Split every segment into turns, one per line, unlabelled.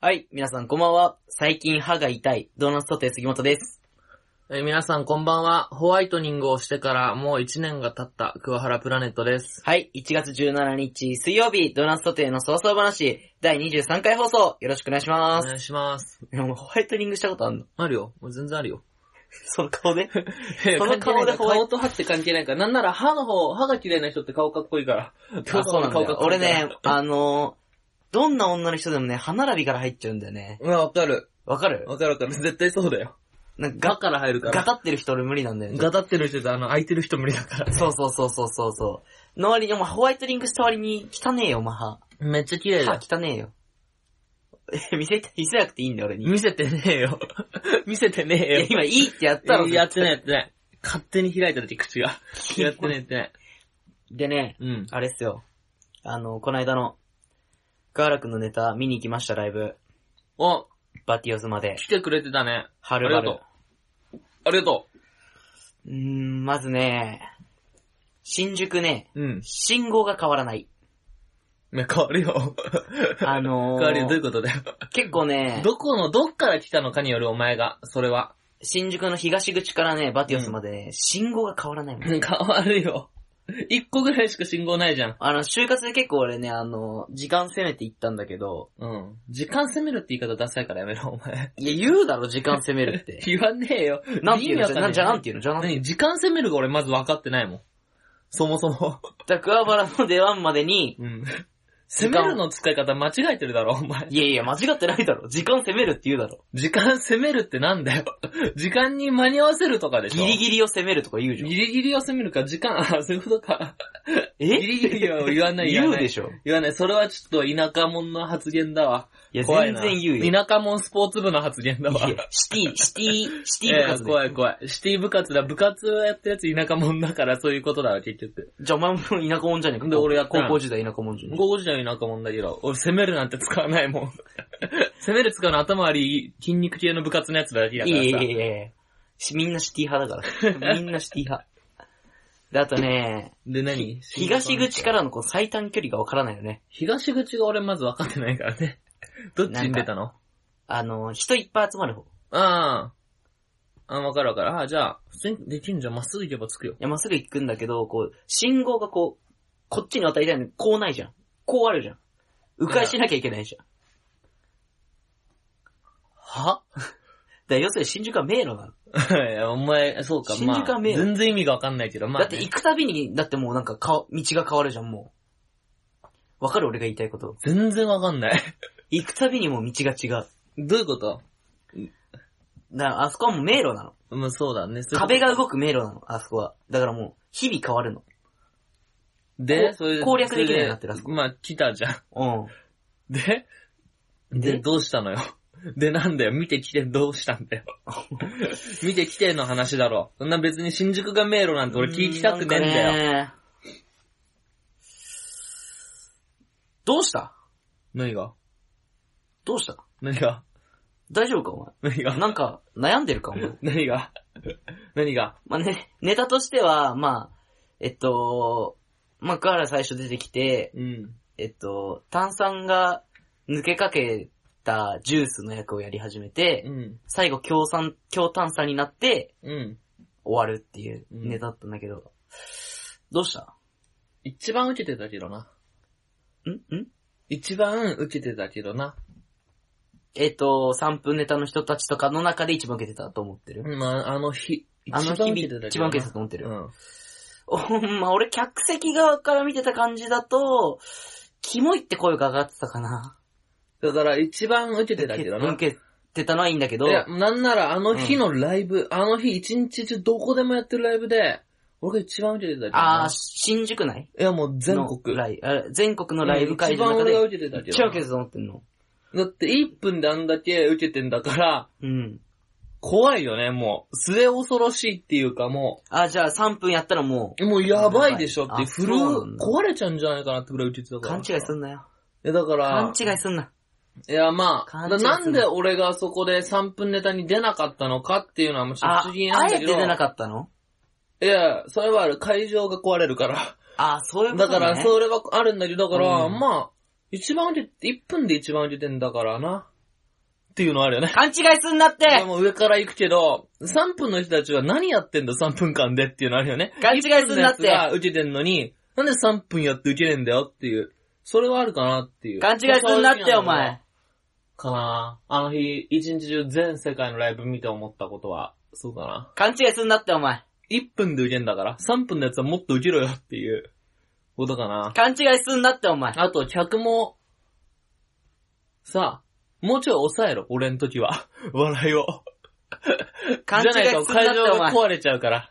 はい、皆さんこんばんは。最近歯が痛い、ドーナツソテー杉本です。
えー皆さんこんばんは。ホワイトニングをしてからもう1年が経った桑原プラネットです。
はい、1月17日水曜日、ドーナツソテーの早々話、第23回放送、よろしくお願いし
お
ます。
願いします。
いやもうホワイトニングしたことあんの
あるよ。もう全然あるよ。
その顔 で
そ
の顔でホワイト
顔と歯って関係ないから。なんなら歯の方、歯が綺麗な人って顔かっこいいから。
あ、そうなんだ
顔かっ
よ。
こい
俺
いから
ね、あのー、どんな女の人でもね、歯並びから入っちゃうんだよね。
うん、わかる。
わかる
わかるわかる。絶対そうだよ。
なん
ガ
か
から入るか
ガ、ガ
ら。
タってる人俺無理なんだよね。
ガタってる人ってあの、空いてる人無理だから。
そうそうそうそうそうそう。の割に、お前ホワイトニングした割に汚ねえよ、お前歯。
めっちゃ綺麗だよ。
歯汚ねえよ。え、見せ、見せなくていいんだよ、俺に。
見せてねえよ。 見せてねえ
え
よ。
今いいってやったろ。
やってないやってない。勝手に開いた時口が。やってないやってない。
でね、
うん。
あれっすよ。あの、この間の、ガーラ君のネタ見に行きました、ライブ。
お、
バティオズまで。
来てくれてたね。
はるば
あり
る
がと。ありがと
うーん、まずね、新宿ね、
う。うん。
信号が変わら ない。
ね、変わる よ。
あの
変
ー
わるよ。どういうことだよ。
結構ね、
どこの、どっから来たのかによるお前が、それは。
新宿の東口からね、バティオスまでね、信号が変わらないもん。
変わるよ。一個ぐらいしか信号ないじゃん。
あの、就活で結構俺ね、あの、時間攻めて行ったんだけど、
うん。時間攻めるって言い方ダサいからやめろ、お 前。
いや、言うだろ、時間攻めるっ て。
言わねえよ。
なんて言うのじゃあ、なんじゃあ、なん
て
て言うのじゃあ、なんて言う
何時間攻めるが俺まず分かってないもん。そもそも。
のだから桑原の出番までに、
うん。攻めるの使い方間違えてるだろ、お前。
いやいや、間違ってないだろ。時間攻めるって言うだろ。
時間攻めるってなんだよ。時間に間に合わせるとかでしょ。
ギリギリを攻めるとか言うじゃん
ギ。リギリを攻めるか、時間、 あ、そういうことか。ギ
え
リギリは言わない、
言
わ
う
ない
でしょ。
言わない。それはちょっと田舎者の発言だわ。
いや、
怖い
全
な。
然言うよ。いや、
田舎者スポーツ部の発言だわ。
シティ、シテ ィ、シティ部活
ええ
で。
怖い怖い。シティ部活だ。部活やってるやつ田舎者だからそういうことだわ、結局。
じゃあ、お前も田舎者じゃねえか。
で俺やって
高
ない
校時代田舎者じゃねえ
高校時代は田舎者だけど、俺攻めるなんて使わないもん。 攻める使うの頭あり、筋肉系の部活のやつだけだ
い
か
や
らさ。
いやいやいやしみんなシティ派だ から。みんなシティ派。で、あとね、
で何
東口からのこう最短距離がわからないよね。
東口が俺まず分かってないからね。どっちに出たの
あの、人いっぱい集まる方。い
ああ。あ、わかるわかる。ああ、じゃあ、普通にできんじゃん。まっすぐ行けば着くよ。
や、まっすぐ行くんだけど、こう、信号がこう、こっちに渡りたいのに、こうないじゃん。こうあるじゃん。迂回しなきゃいけないじゃん。はだから要するに新宿は迷路なの。
いやお前、そうか、
新
ま
宿は
あ、
迷路
全然意味がわかんないけど、まあ、
だって行くたびに、だってもうなんか顔、道が変わるじゃん、もう。わかる俺が言いたいこと。
全然わかんない。
行くたびにもう道が違う。だか
どういうこと
らあそこはもう迷路なの。
まあ、そうだね。そういうこと
壁が動く迷路なの、あそこは。だからもう、日々変わるの。
で、
こ
それで、
攻略できない
それ
なってなそ
まあ、来たじゃん。
うん。
で、
で
で、どうしたのよ。 で、なんだよ。見てきてどうしたんだ よ。見てきての話だろ。そんな別に新宿が迷路なんて俺聞きたくねえんだよ。
よ。どうした
何が
どうした
何が
大丈夫かお
何が
前。なんか、悩んでるかお前。
何が何が
まあね、ネタとしては、まあ、えっと、まあ、ガーラ最初出てきて、
うん。
えっと、炭酸が抜けかけたジュースの役をやり始めて
う、ん。
最後強酸、強炭酸になって
うん。
終わるっていう
うん
ネタだったんだけど、どうした
一番受けてたけどな。
んん
一番受けてたけどな。
えっと、3分ネタの人たちとかの中で一番受けてたと思ってる。
まあ、あの日、
あの日々一番受けてた
た
と思って
け
る。
どな。うん。
ほんま、俺客席側から見てた感じだと、キモいって声が上がってたかな。
だから一番受けてたけどな。
受けてたのはいいんだけど、
いや、なんならあの日のライブ、あの日一日中どこでもやってるライブで、俺が一番受けてたけどな。
あー、新宿内
いやもう全
の
国。
ライあ全国のライブ会場
うん
の中
一番俺が
で、
受けてたけ
一応
ど
受け
な。
てたと思ってんの。
だって1分であんだけ受けてんだから、
うん。
怖いよね、もう。末恐ろしいっていうかもう。
あ、じゃあ3分やったらも
もうやばいでしょって、
あ
フル、
そうなんだ
壊れちゃうんじゃないかなってぐらい打ちてた
う、
から。
勘違いすんなよ。
いや、だから、
勘違いすんな。
いや、ま
勘
あ、
違いする
なんで俺がそこで3分ネタに出なかったのかっていうのはもうちょっ
あ
と不思議、な
あ
ん
え
だ
て
けど。
出なかったの
いや、それはある。会場が壊れるから。
あ、そういうこ
だ
とね。
から、それはあるんだけど、だから、
うん
まあ、一番受け、1分で一番受けてんだからな。っていうのあるよね。
勘違いすんなっ
俺
て
も上から行くけど、3分の人たちは何やってんだ3分間でっていうのあるよね。
勘違いすんなっ
一分のやつ
て
が受けてんのに、なんで3分やって受けねえんだよっていう。それはあるかなっていう。
勘違いすんなってお前。
かなあの日、一日中全世界のライブ見て思ったことは、そうだな。
勘違いすんなってお前
1分で受けんだから、3分のやつはもっと受けろよっていうことかな。
勘違いすんなってお前
あと、客も、さあ、もうちょい抑えろ、俺の時は。笑いを。
勘
じ
違
ゃな
い
いと
すんな
会
って
場
お
が
前
壊れちゃうから。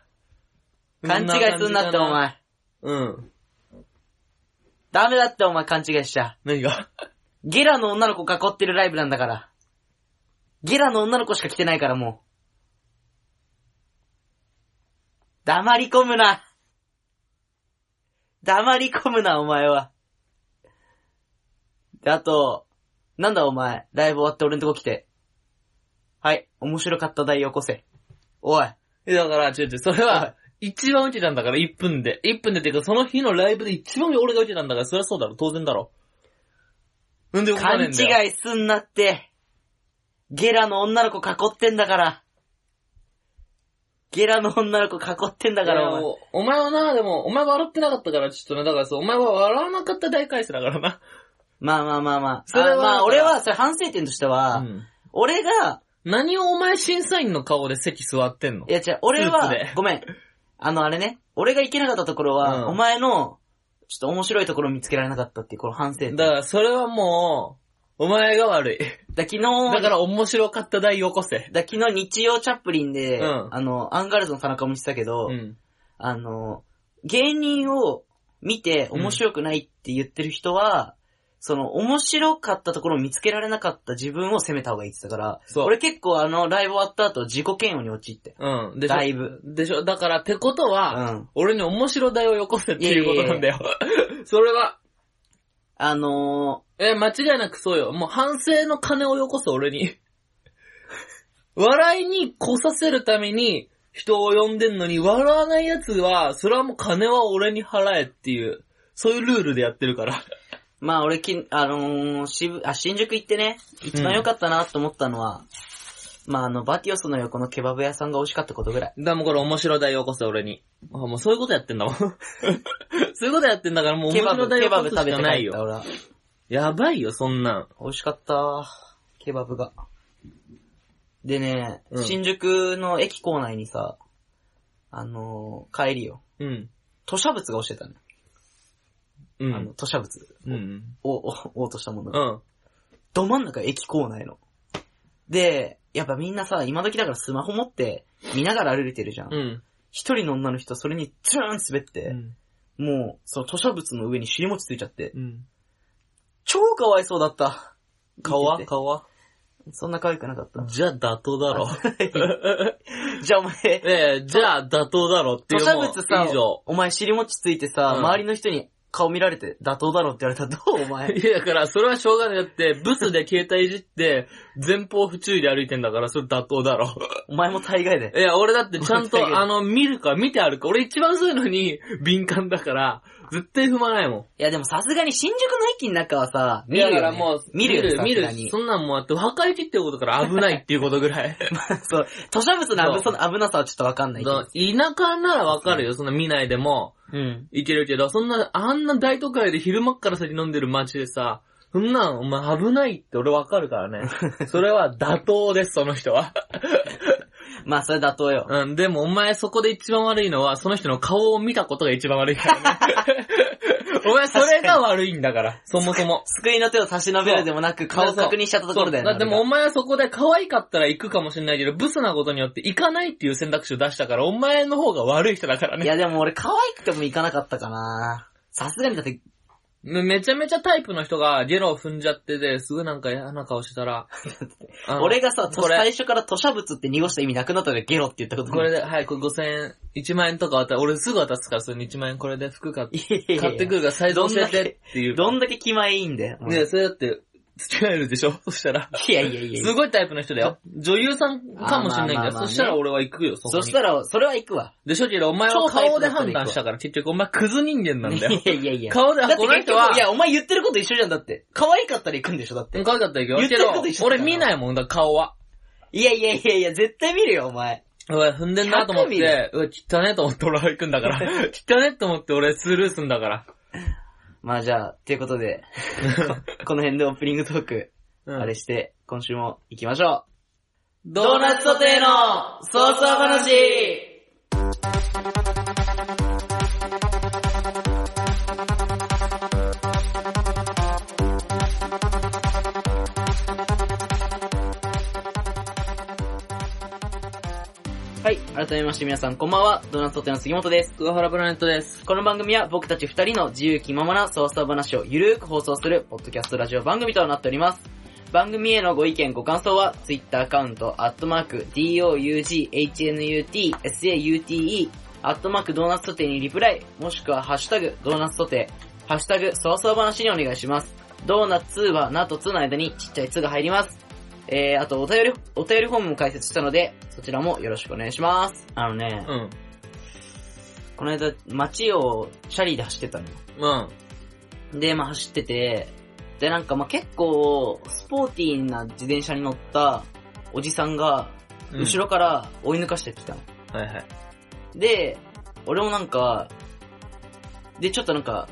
勘違いすんなってお前
うん。
ダメだってお前勘違いしちゃ
何が
ゲラの女の子囲ってるライブなんだから。ゲラの女の子しか来てないからもう。黙り込むな。黙り込むな、お前は。で、あと、なんだお前、ライブ終わって俺のとこ来て。はい、面白かった台よこせ。おい、
え、だから、ちょいちょい、それ
は
は、一番受けたんだから、1分で。1分でっていうか、その日のライブで一番俺が受けたんだから、そりゃそうだろ、当然だろ。なんで怒ら
勘
ねえんだよ。
違いすんなって。ゲラの女の子囲ってんだから。ゲラの女の子囲ってんだ
だ
か、
から
お
ら
前。
お前はな、でも、お前は笑ってなかったから、ちょっとね、だからそう、お前は笑わなかった大回数だからな。
まあまあまあまあ。
それは
あま
なん
あ
か
俺は、それ反省点としては、
うん
俺が、
何をお前審査員の顔で席座ってんの
いや違う、俺
スー
は
ツで、
ごめん。あのあれね、俺が行けなかったところは、
うん
お前の、ちょっと面白いところを見つけられなかったっていう、この反省点。
だ
だ
から、それはもう、お前が悪い。
昨日、
だから、面白かった台よこせ。
だ昨日日曜チャップリンで、
うん
あの、アンガールズの田中も言ってたけど、
うん。
あの、芸人を見て面白くないって言ってる人は、その、面白かったところを見つけられなかった自分を責めた方がいいって言ってたから、
そう。
俺結構あの、ライブ終わった後、自己嫌悪に陥って。
うん。でしょ
だいぶ。
でしょだから、ってこと
う
は、
ん。
俺に面白台をよこせっていうことなんだよ。 それは、
あの
え、間違いなくそうよ。もう反省の金をよこせ、俺に。笑いに来させるために人を呼んでんのに、笑わない奴は、それはもう金は俺に払えっていう、そういうルールでやってるから。
ー、まあ俺き、あのー、渋あ新宿行ってね、一番良かったなと思ったのは、まああの、バティオスの横のケバブ屋さんが美味しかったことぐらい。
だからもうこれ面白台よこせ、俺に。あもうそういうことやってん だもん。そういうことやってんだから、もう面
ケバ
白
ブ、
台
ケ
よ
バ
こ
ブ
せし
食べ
か
て
ない
帰った
よ。
俺は。
やばいよ、そんなん。
美味しかった。ケバブが。でね、
うん
新宿の駅構内にさ、あのー、帰りよ。
うん。
吐砂物が落ちてたのよ。
う
あの、
ん。
吐砂物
うん。
を、お、お、 落としたものが。
うん。
ど真ん中駅構内の。で、やっぱみんなさ、今時だからスマホ持って、見ながら歩いてるじゃん。
うん。
一人の女の人、それにツーン滑って、もう、その吐砂物の上に尻餅ついちゃって、
うん。
超かわいそうだった。
顔
見
は
てて
顔は
そんな可愛くなかった。
じゃあ妥当だろ。
じゃあお前、
ええ、じゃあ妥当だろっていう。
吐砂物さ
以上、。
お前尻餅ついてさ、
うん
周りの人に顔見られて妥当だろって言われたらど うお前。
いや、だから、それはしょうがない。だって、ブスで携帯いじって、前方不注意で歩いてんだから、それ妥当だ ろ。
お前も大概で。
いや、俺だってちゃん
申し訳
と、
ない
あの、見るか、見て歩くか。俺一番そういうのに、敏感だから、絶対踏まないもん。
いやでもさすがに新宿の駅の中はさ、見
い
るよ、
や
ね。
だからもう、
見るよ、ね、
見
さ
る
すが、に
そんなんもあって、若い切っていうことから危ないっていうことぐら い。
そう、土砂物の危その危なさはちょっとわかんない け
そ
ど
う。田舎ならわかるよ、そんな見ないでも。
うん。
いけるけど、そんな、あんな大都会で昼間っから先飲んでる街でさ、そんなん、お前危ないって俺わかるから ね。それは妥当です、その人は。
まあそれ妥当よ。
うん、でもお前そこで一番悪いのは、その人の顔を見たことが一番悪いから ね。お前それが悪いんだから、そもそも。
救いの手を差し伸べるでもなく顔を確認しちゃったところだよね。
そうだでもお前はそこで可愛かったら行くかもしれないけど、ブスなことによって行かないっていう選択肢を出したから、お前の方が悪い人だから
い
ね。
やでも俺可愛くてもいかなかったかなさすがにだって、
めめちゃめちゃタイプの人がゲロを踏んじゃってて、すぐなんか嫌な顔してたら、あの
俺がさ、と
これ
最初から土砂物って濁した意味なくなったでゲロって言ったこと
これで、はい、これ5000円、1万円とか渡俺すぐ渡すから、それに1万円これで服買って、
いやいやいや
買ってくるからサイズ教えてっていう。
どんだけ気前いいんだよ。
ねそれだって、付き合えるでしょ そしたら。
いやいやいやい
す
や。
ごいタイプの人だよ。女優さんかもしれない
あーまあまあ
んだよ。
まあね
そしたら俺は行くよ、そこ
そ
に。
したら、それは行くわ。
でしょ、ジロ、お前は
超タイ
顔
プだっ
で
たら
判断したから、結局お前クズ人間なん
い
だよ。
やいやいや。
顔で、
だって
この
結
人
局
は、
いや、お前言ってること一緒じゃんだって。可愛かったら行くんでしょだって。
可愛かったら行
言
くよ。
って
け
ること一緒
ど、
だ
俺
から
見ないもんだ、顔は。
いやいやいやいや、絶対見るよ、お前。
うわ、踏んでんなと思っ
100ミリ
て、うわ、汚ねと思って俺は行くんだから。 汚ねと思って俺スルーすんだから。
まあじゃあ、ということ で、この辺でオープニングトーク、あれして、今週も行きましょう。
ドーナツソテーの
そうそう話はい、改めまして皆さんこんばんは、ドーナツソテーの杉本です。
桑原プラネットです。
この番組は僕たち二人の自由気ままな操作話をゆるーく放送するポッドキャストラジオ番組となっております。番組へのご意見ご感想は Twitter アカウント、アットマーク、DOUGHNUT、SAUTE、アットマークドーナツソテーにリプライ、もしくはハッシュタグドーナツソテー、ハッシュタグ操作話にお願いします。ドーナツはなとつの間にちっちゃいつが入ります。えー、あとお便り、お便りフォームも解説したので、そちらもよろしくお願いします。あのね、
うん。
この間、街をチャリで走ってたのよ。
うん。
で、まあ走ってて、で、なんかまあ結構、スポーティーな自転車に乗ったおじさんが、
うん
後。ろから追い抜かしてきたの。
はいはい。
で、俺もなんか、で、ちょっとなんか、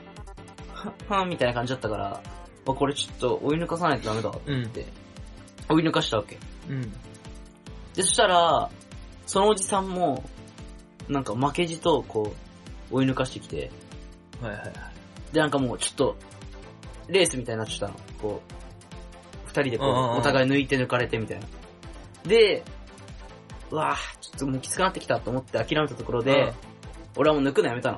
は、はみたいな感じだったから、あこれちょっと追い抜かさないとダメだっ
うん。
て、追い抜かしたわけ。
うん。
で、そしたら、そのおじさんも、なんか負けじと、こう、追い抜かしてきて、
はいはいはい。
で、なんかもうちょっと、レースみたいになっちゃったの。こう、二人でこ
うんうんう
う、
ん
お互い抜いて抜かれてみたいな。で、うわぁ、ちょっともうきつくなってきたと思って諦めたところで、俺はもう抜くのやめた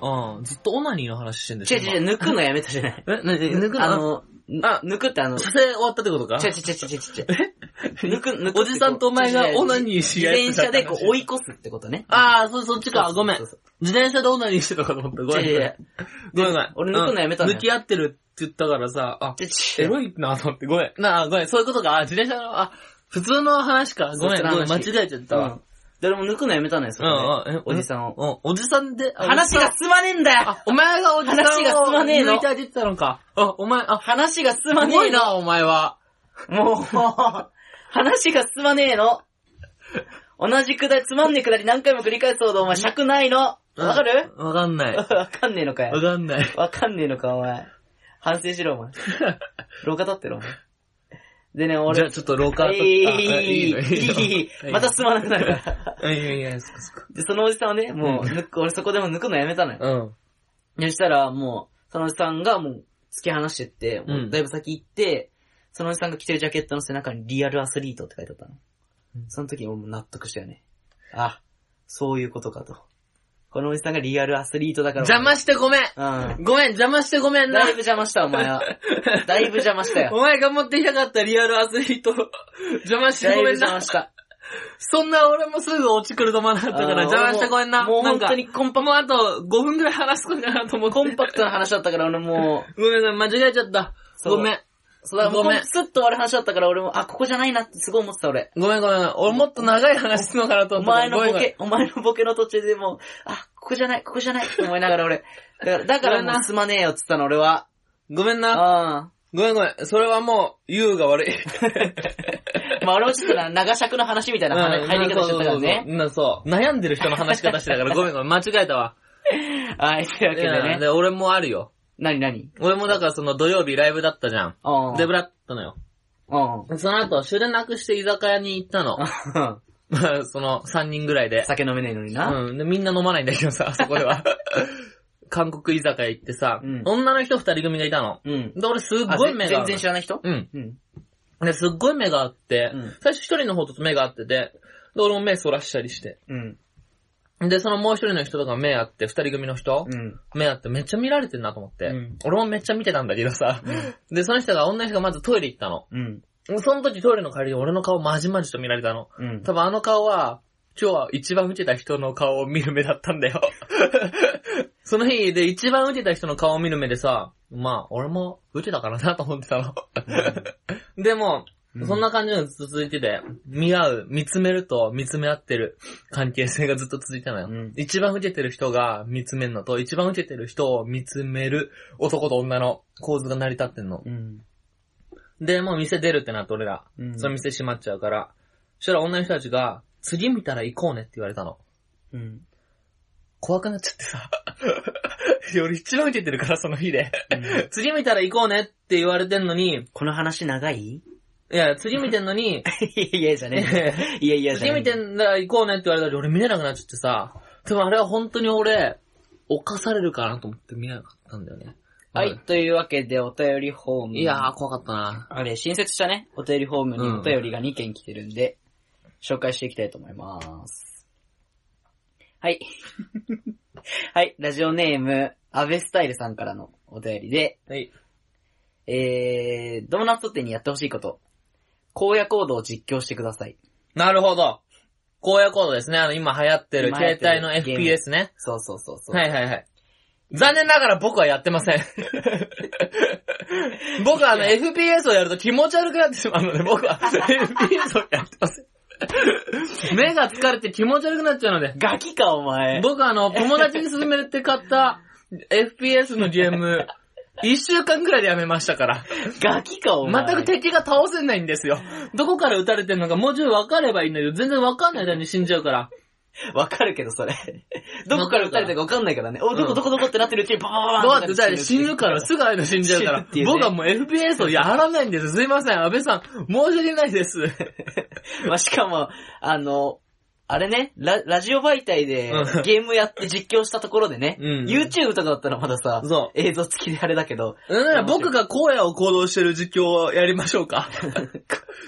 の。
うん、うん。ずっとオナニーの話してんでし
違
ょ
う違う違う、抜くのやめたじゃない
。え、なに、抜くの
あ、の、あ
あ、
抜くってあの、違
撮影終わったってことか
う違う違う違う違う。抜く、抜くってこう。
おじさんとお前がオナ
ー
ニーし
自
合い
転車でこう追い越すってことね。
ああ、そ、そっちか、ごめん
そう。そう
自転車でオナニーしてたかと思った。ご
そう
め
違
ん
う
ご
違
め
うん違。う。
ごめんごめん。
で俺抜くのやめたの
う
よ
ん抜き合ってるって言ったからさ、あ、
違
エ
う違う
ロいなと思って、ごめん。なあ、ごめん、そういうことか。あ、自転車の、あ、普通の話か。ごめん、
そっちの
ごめん、
話
間違えちゃったわ。
で、俺も抜くのやめたのよ、そこ
うんうん
で
え。
おじさんを。
うん、おじさんで、あ
話が、進まねえんだ
おじさん
よ
あ、お前がおじさんを
話が進まねえの
抜いてあげてたのか。あ、お前、あ、
話が進ますね
ご
え
い
の
な、お前は。
もう、話が進まねえの。同じくだり、つまんねえくだり何回も繰り返すほどお前尺ないの。わ
うん
かる
わかんない。わ
わかんねえのかよ。
かんない。
わかんねえのか、お前。反省しろ、お 前。廊下立ってろ、お前。でね、俺、
じゃあ、ちょっと廊下とか。あ
いい、いい、いい、いい
の
いい
の、
また進まなくなるから。
いやいやいや、そっかそっか。
で、そのおじさんはね、もう、抜く、俺そこでも抜くのやめたのよ。
うん。
そしたら、もう、そのおじさんがもう、突き放してって、もうだいぶ先行って、そのおじさんが着てるジャケットの背中にリアルアスリートって書いてあったの。
うん
その時に俺も納得したよね。あ、そういうことかと。このおじさんがリアルアスリートだから。
邪魔してごめん。
うん。
ごめん、邪魔してごめんな
だい。ぶ邪魔した、お 前は。だいぶ邪魔したよ。
お前が持っていなかったリアルアスリート、邪魔し
だ
て
い
ご
ぶ
めん
邪
な
魔。した。
そんな俺もすぐ落ちくると思わなかったから、邪魔してごめんな。
もう
な
本
んか
当にコンパ、
もうあと5分くらい話すことかなと思って。
コンパクトな話だったから俺もう、
ごめんなさい、間違えちゃった。
そう
ごめん。
そうだ、もう
ごめん
スッと終わる話だったから俺も、あ、ここじゃないなってすごい思ってた俺。
ごめんごめん。俺もっと長い話するのかなと
お
思った。
前の
ごめん
ボ
ごめん
ケ、お前のボケの途中でもう、あ、ここじゃない、ここじゃないって思いながら俺。だから、だから
ごめん
もう
な
すまねえよって言ったの俺は。
ごめん
うん。
な。
ま
ごめんごめん。それはもう、優 が悪い。
あ俺もちょっとな、長尺の話みたいな話
うん
入り方しちゃったからね。
そうそうそうなそう。悩んでる人の話し方してたから、ごめんごめ ん。間違えたわ。
はい、というわけで
いや
ね。
で俺もあるよ。
何何
俺もだからその土曜日ライブだったじゃん。
うん。
デブラったのよ。
うん。
その後、終電なくして居酒屋に行ったの。まあ その3人ぐらいで。
酒飲めねえのにな。
うん。で、みんな飲まないんだけどさ、そこでは。 韓国居酒屋行ってさ、
うん
女の人二人組がいたの。
うん。
で、俺すっ
あ
ごい
ぜ
目が
全
合う
然知らない人
うん。
うん。
で、すっごい目があって、
うん
最初一人の方と目が合ってて、で、俺も目そらしたりして。
うん。
で、そのもう一人の人とか目あって、二人組の人、
うん。
目あってめっちゃ見られてんなと思って、
うん
俺もめっちゃ見てたんだけどさ、で、その人が、女の人がまずトイレ行ったの。
うん。
その時トイレの帰りで俺の顔まじまじと見られたの。
うん。
多分あの顔は、今日は一番打てた人の 顔を見る目だったんだよ。その日で一番打てた人の顔を見る目でさ、まあ、俺も無理だからなと思ってたの。 でも、そんな感じのがずっと続いてて、見合う、見つめると見つめ合ってる関係性がずっと続いたのよ。
うん
一番受けてる人が見つめるのと、一番受けてる人を見つめる男と女の構図が成り立ってんの。
うん。
で、もう店出るってなって俺ら、
うん
その店閉まっちゃうから、そしたら女の人たちが、次見たら行こうねって言われたの。
うん。
怖くなっちゃってさ。 いや俺一番受けてるから、その日で。次見たら行こうねって言われてんのに、
この話長い
いや、次見てんの
い
に、
やいやじゃねえ。 いやいやじゃ
次
ね
見て
え。
んだ、行こうねって言われたら俺見れなくなっちゃってさ、でもあれは本当に俺、犯されるかなと思って見れなかったんだよね。
はい、。というわけでお便りフォーム。
いやー、怖かったな。
あれ、新設したね、お便りフォームに
うん
お便りが2件来てるんで、紹介していきたいと思います。はい。 はい、ラジオネーム、アベスタイルさんからのお便りで、
はい。
えー、ドーナツ店にやってほしいこと。荒野行動を実況してください。
なるほど。荒野行動ですね。あの、今流行ってる
今流行
携
ってる
帯の
ゲーム
FPS ね。
そうそうそうそう。
はいはいはい。残念ながら僕はやってませ ん。僕はあの FPS をやると気持ち悪くなってしまうので、僕は FPS をやってません。 目が疲れて気持ち悪くなっちゃうので、
ガキか、お前。
僕はあの、友達に勧めて買った FPS のゲーム、一週間くらいでやめましたから。
ガキか、お前。
全く敵が倒せないんですよ。どこから撃たれてるのかもうちょい分かればいいんだけど、全然分かんない間に死んじゃうから。
わかるけど、それ。どこから撃たれたかわかんないからね。お、どこどこどこってなってるうちにバーン
どうやって撃たれて死ぬから、すぐああいうの死んじゃうか
死
ら
ぬってい。うね
僕はもう FPS をやらないんです。すいません、安倍さん。申し訳ない です。
まあ、しかも、あの、あれね、ララジオ媒体で
うん
ゲームやって実況したところでね、
うん
YouTube とかだったらまださ、
そ
映像付きであれだけど、
う。なんなら僕が荒野を行動してる実況をやりましょうか。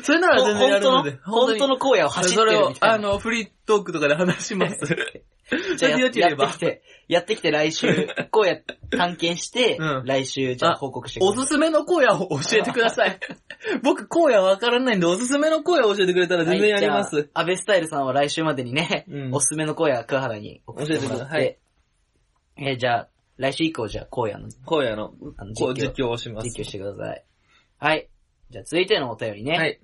それなら
ほ
全然
本
やる
当
の
の
で。
本当の荒野を走って
それ
る
を
み、た
あ
いな。
の、フリートークとかで話します。そ
じゃ
れ
あ
で
や
よけれ
やっ
ば
てき。て、やってきて来週、荒野探検して、
うん
来週、じゃあ
あ
報告してく
お
ださい
すすめの荒野を教えてください。 僕、荒野わからないんで、おすすめの荒野を教えてくれたら全然やりま
はい
す
じ。ゃあ安倍スタイルさんは来週までにね、
うん
おすすめの荒野、桑原に送ってもら
教
っ
えてく
て、
ださい
えーじゃあ、来週以降、じゃあ荒野の
荒野の、
あの
こう
実
実
況
況をします。
実況してください。はい。じゃあ続いてのお便りね。
はい。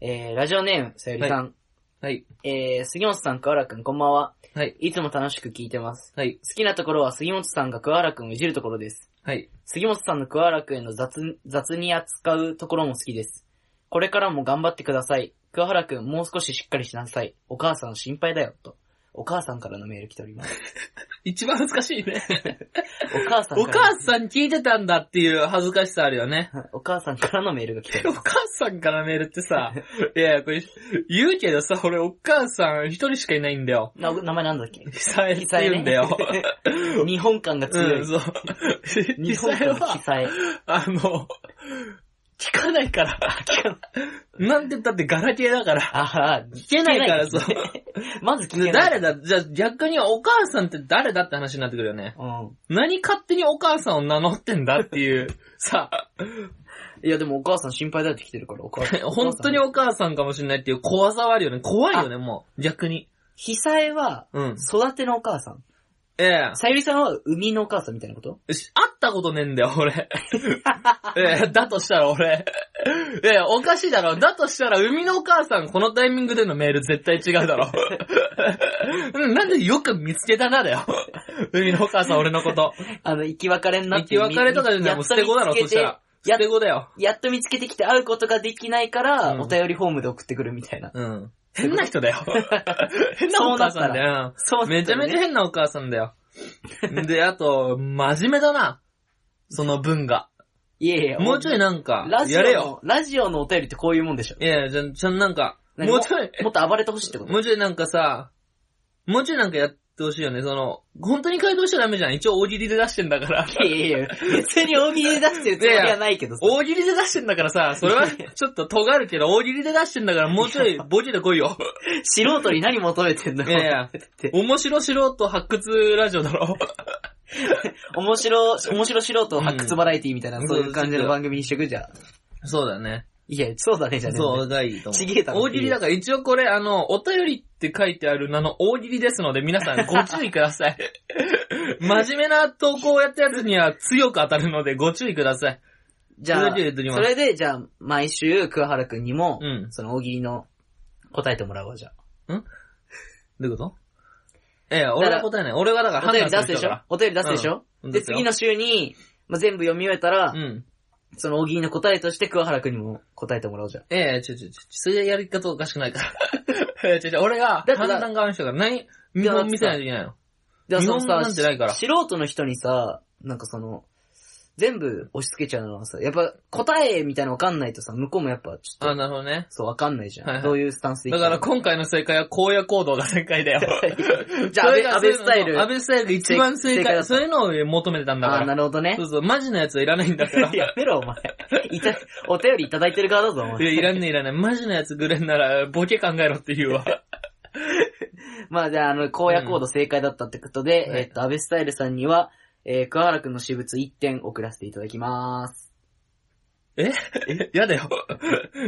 えー、ラジオネーム、さゆりさん。
はい。
えー、杉本さん、桑原くん、こんばんは。
はい。
いつも楽しく聞いてます。
はい。
好きなところは杉本さんが桑原くんをいじるところです。
はい。
杉本さんの桑原くんへの雑、雑に扱うところも好きです。これからも頑張ってください。桑原くん、もう少ししっかりしなさい。お母さん心配だよ、と。お母さんからのメール来ております。
一番恥ずかしいね。
お母さん
お
から
母さん聞いてたんだっていう恥ずかしさあるよね。
お母さんからのメールが来ており
お
ます。
母さんからメールって さ、いやいや、これ、言うけどさ、俺お母さん一人しかいないんだ よ。
な名前なんだっけ
久 江って言うんだよ。
日本感が強い。
うん、そう。
日本
久江
感の記
は、
載。
あの、聞かないから。 なんて言ったってガラケーだから。
ああ、
聞けないから、
聞け
そう
ない。まず聞けない。
誰だじゃあ逆にお母さんって誰だって話になってくるよね。
うん。
何勝手にお母さんを名乗ってんだっ ていう、さ、
いやでもお母さん心配だって来てるから、お母 さん。
本当にお母さんかもしれないっていう怖さはあるよね。怖いよね、もう。逆に。
被災は、
うん。
育てのお母さん。
ええ
さゆりさんは生みのお母さんみたいなこと
し会ったことねえんだよ、俺。 ええだとしたら俺。ええおかしいだろ。だとしたら、海のお母さん、このタイミングでのメール絶対違うだろ。 うんなんでよく見つけたなだよ。海のお母さん、俺のこと。
あの、生き別れにな
生
って。
き別れとかじゃない、
や
もう
っ
捨
と
て子だろ、
見
そ
つ
した
けて
ら。
や
捨て子だよ。
やっと見つけてきて会うことができないから、
うん
お便りフォームで送ってくるみたいな。
うん。変な 人だよ。変なお母さんだよ。
そう、
めちゃめちゃ
ゃ。
変なお母さんだよ。で、あと、真面目だな。その分が。
いやいや、
もうちょいなんか、
ラジ
やれ
オの、
よ。
ラジオのお便りってこういうもんでしょ。
いやいや、じゃ、じゃ、なんか、
何
もうちょい、
もっと暴れてほしいってこと
もうちょいなんかさ、もうちょいなんかやってほしいよね。その、本当に回答しちゃダメじゃん。一応大喜利で出してんだ から。
いやいやいや、別に大喜利で出してるつもりはないけどさ。
大喜利で出してんだから さ、それはちょっと尖るけど、大喜利で出してんだから、もうちょいボケてこいよ。
素人に何求めてんの
いやいや
って。
面白素人発掘ラジオだろ。
面白、面白素人発掘バラエティみたいな、そういう感じの番組にしてくじゃん。
そうだね。
いや、そうだね、じゃねえんだよ
そう、がいいと思う。
ちぎれたの
大喜利だから、一応こ れ、あの、お便りって書いてある名の大喜利ですので、皆さんご注意ください。真面目な投稿をやったやつには強く当たるのでご注意ください。
じゃあ、
それで入れときます
それで、じゃあ、毎週、桑原くんにも、
うん
その大喜利の答えてもらおう、じゃあ。
どういうことええ、俺は答えない。俺はだから
お
判
便り
断
出すでし
る人だ
ょお便り出すでしょ、
うん
で、
出すよ
次の週に、まあ、全部読み終えたら、
からうん。
その大喜利の答えとして桑原くんにも答えてもらおうじゃん。
ええ、ちょちょちょ、そういうやり方おかしくな いから。ええ、ちょちょ、俺が
だって
判断側の人が何、見本見せないといけないの。
でもその
日本語
さ
なんてないから
し素人の人にさ、なんかその、全部押し付けちゃうのはさ、やっぱ答えみたいなのわかんないとさ、向こうもやっぱちょっ
あ、
と、
なるほどね。
そうわかんないじゃん。
はいはい
どういうスタンスでい
だ
いか
から今回の正解は荒野行動が正解だよ。
じゃあ、安
それ
倍
が
安倍スタイル。
安倍スタイルが一番正
正解だ
解。
った
そういうのを求めてたんだ
あ
か
ー、な
ら。
るほどね
そ。うそう、マジのやつはいらないんだから。いや、
やめろ、お前。いた、お便りいただいてる側だぞ、お前。
いらんねいらない。マジのやつぐらいなら、ボケ考えろって言うわ。
まあじゃあ、あの、荒野コード正解だったってことで、
うん
えっと、安倍スタイルさんには、えー、桑原くんの私物1点送らせていただきます。
えやだよ。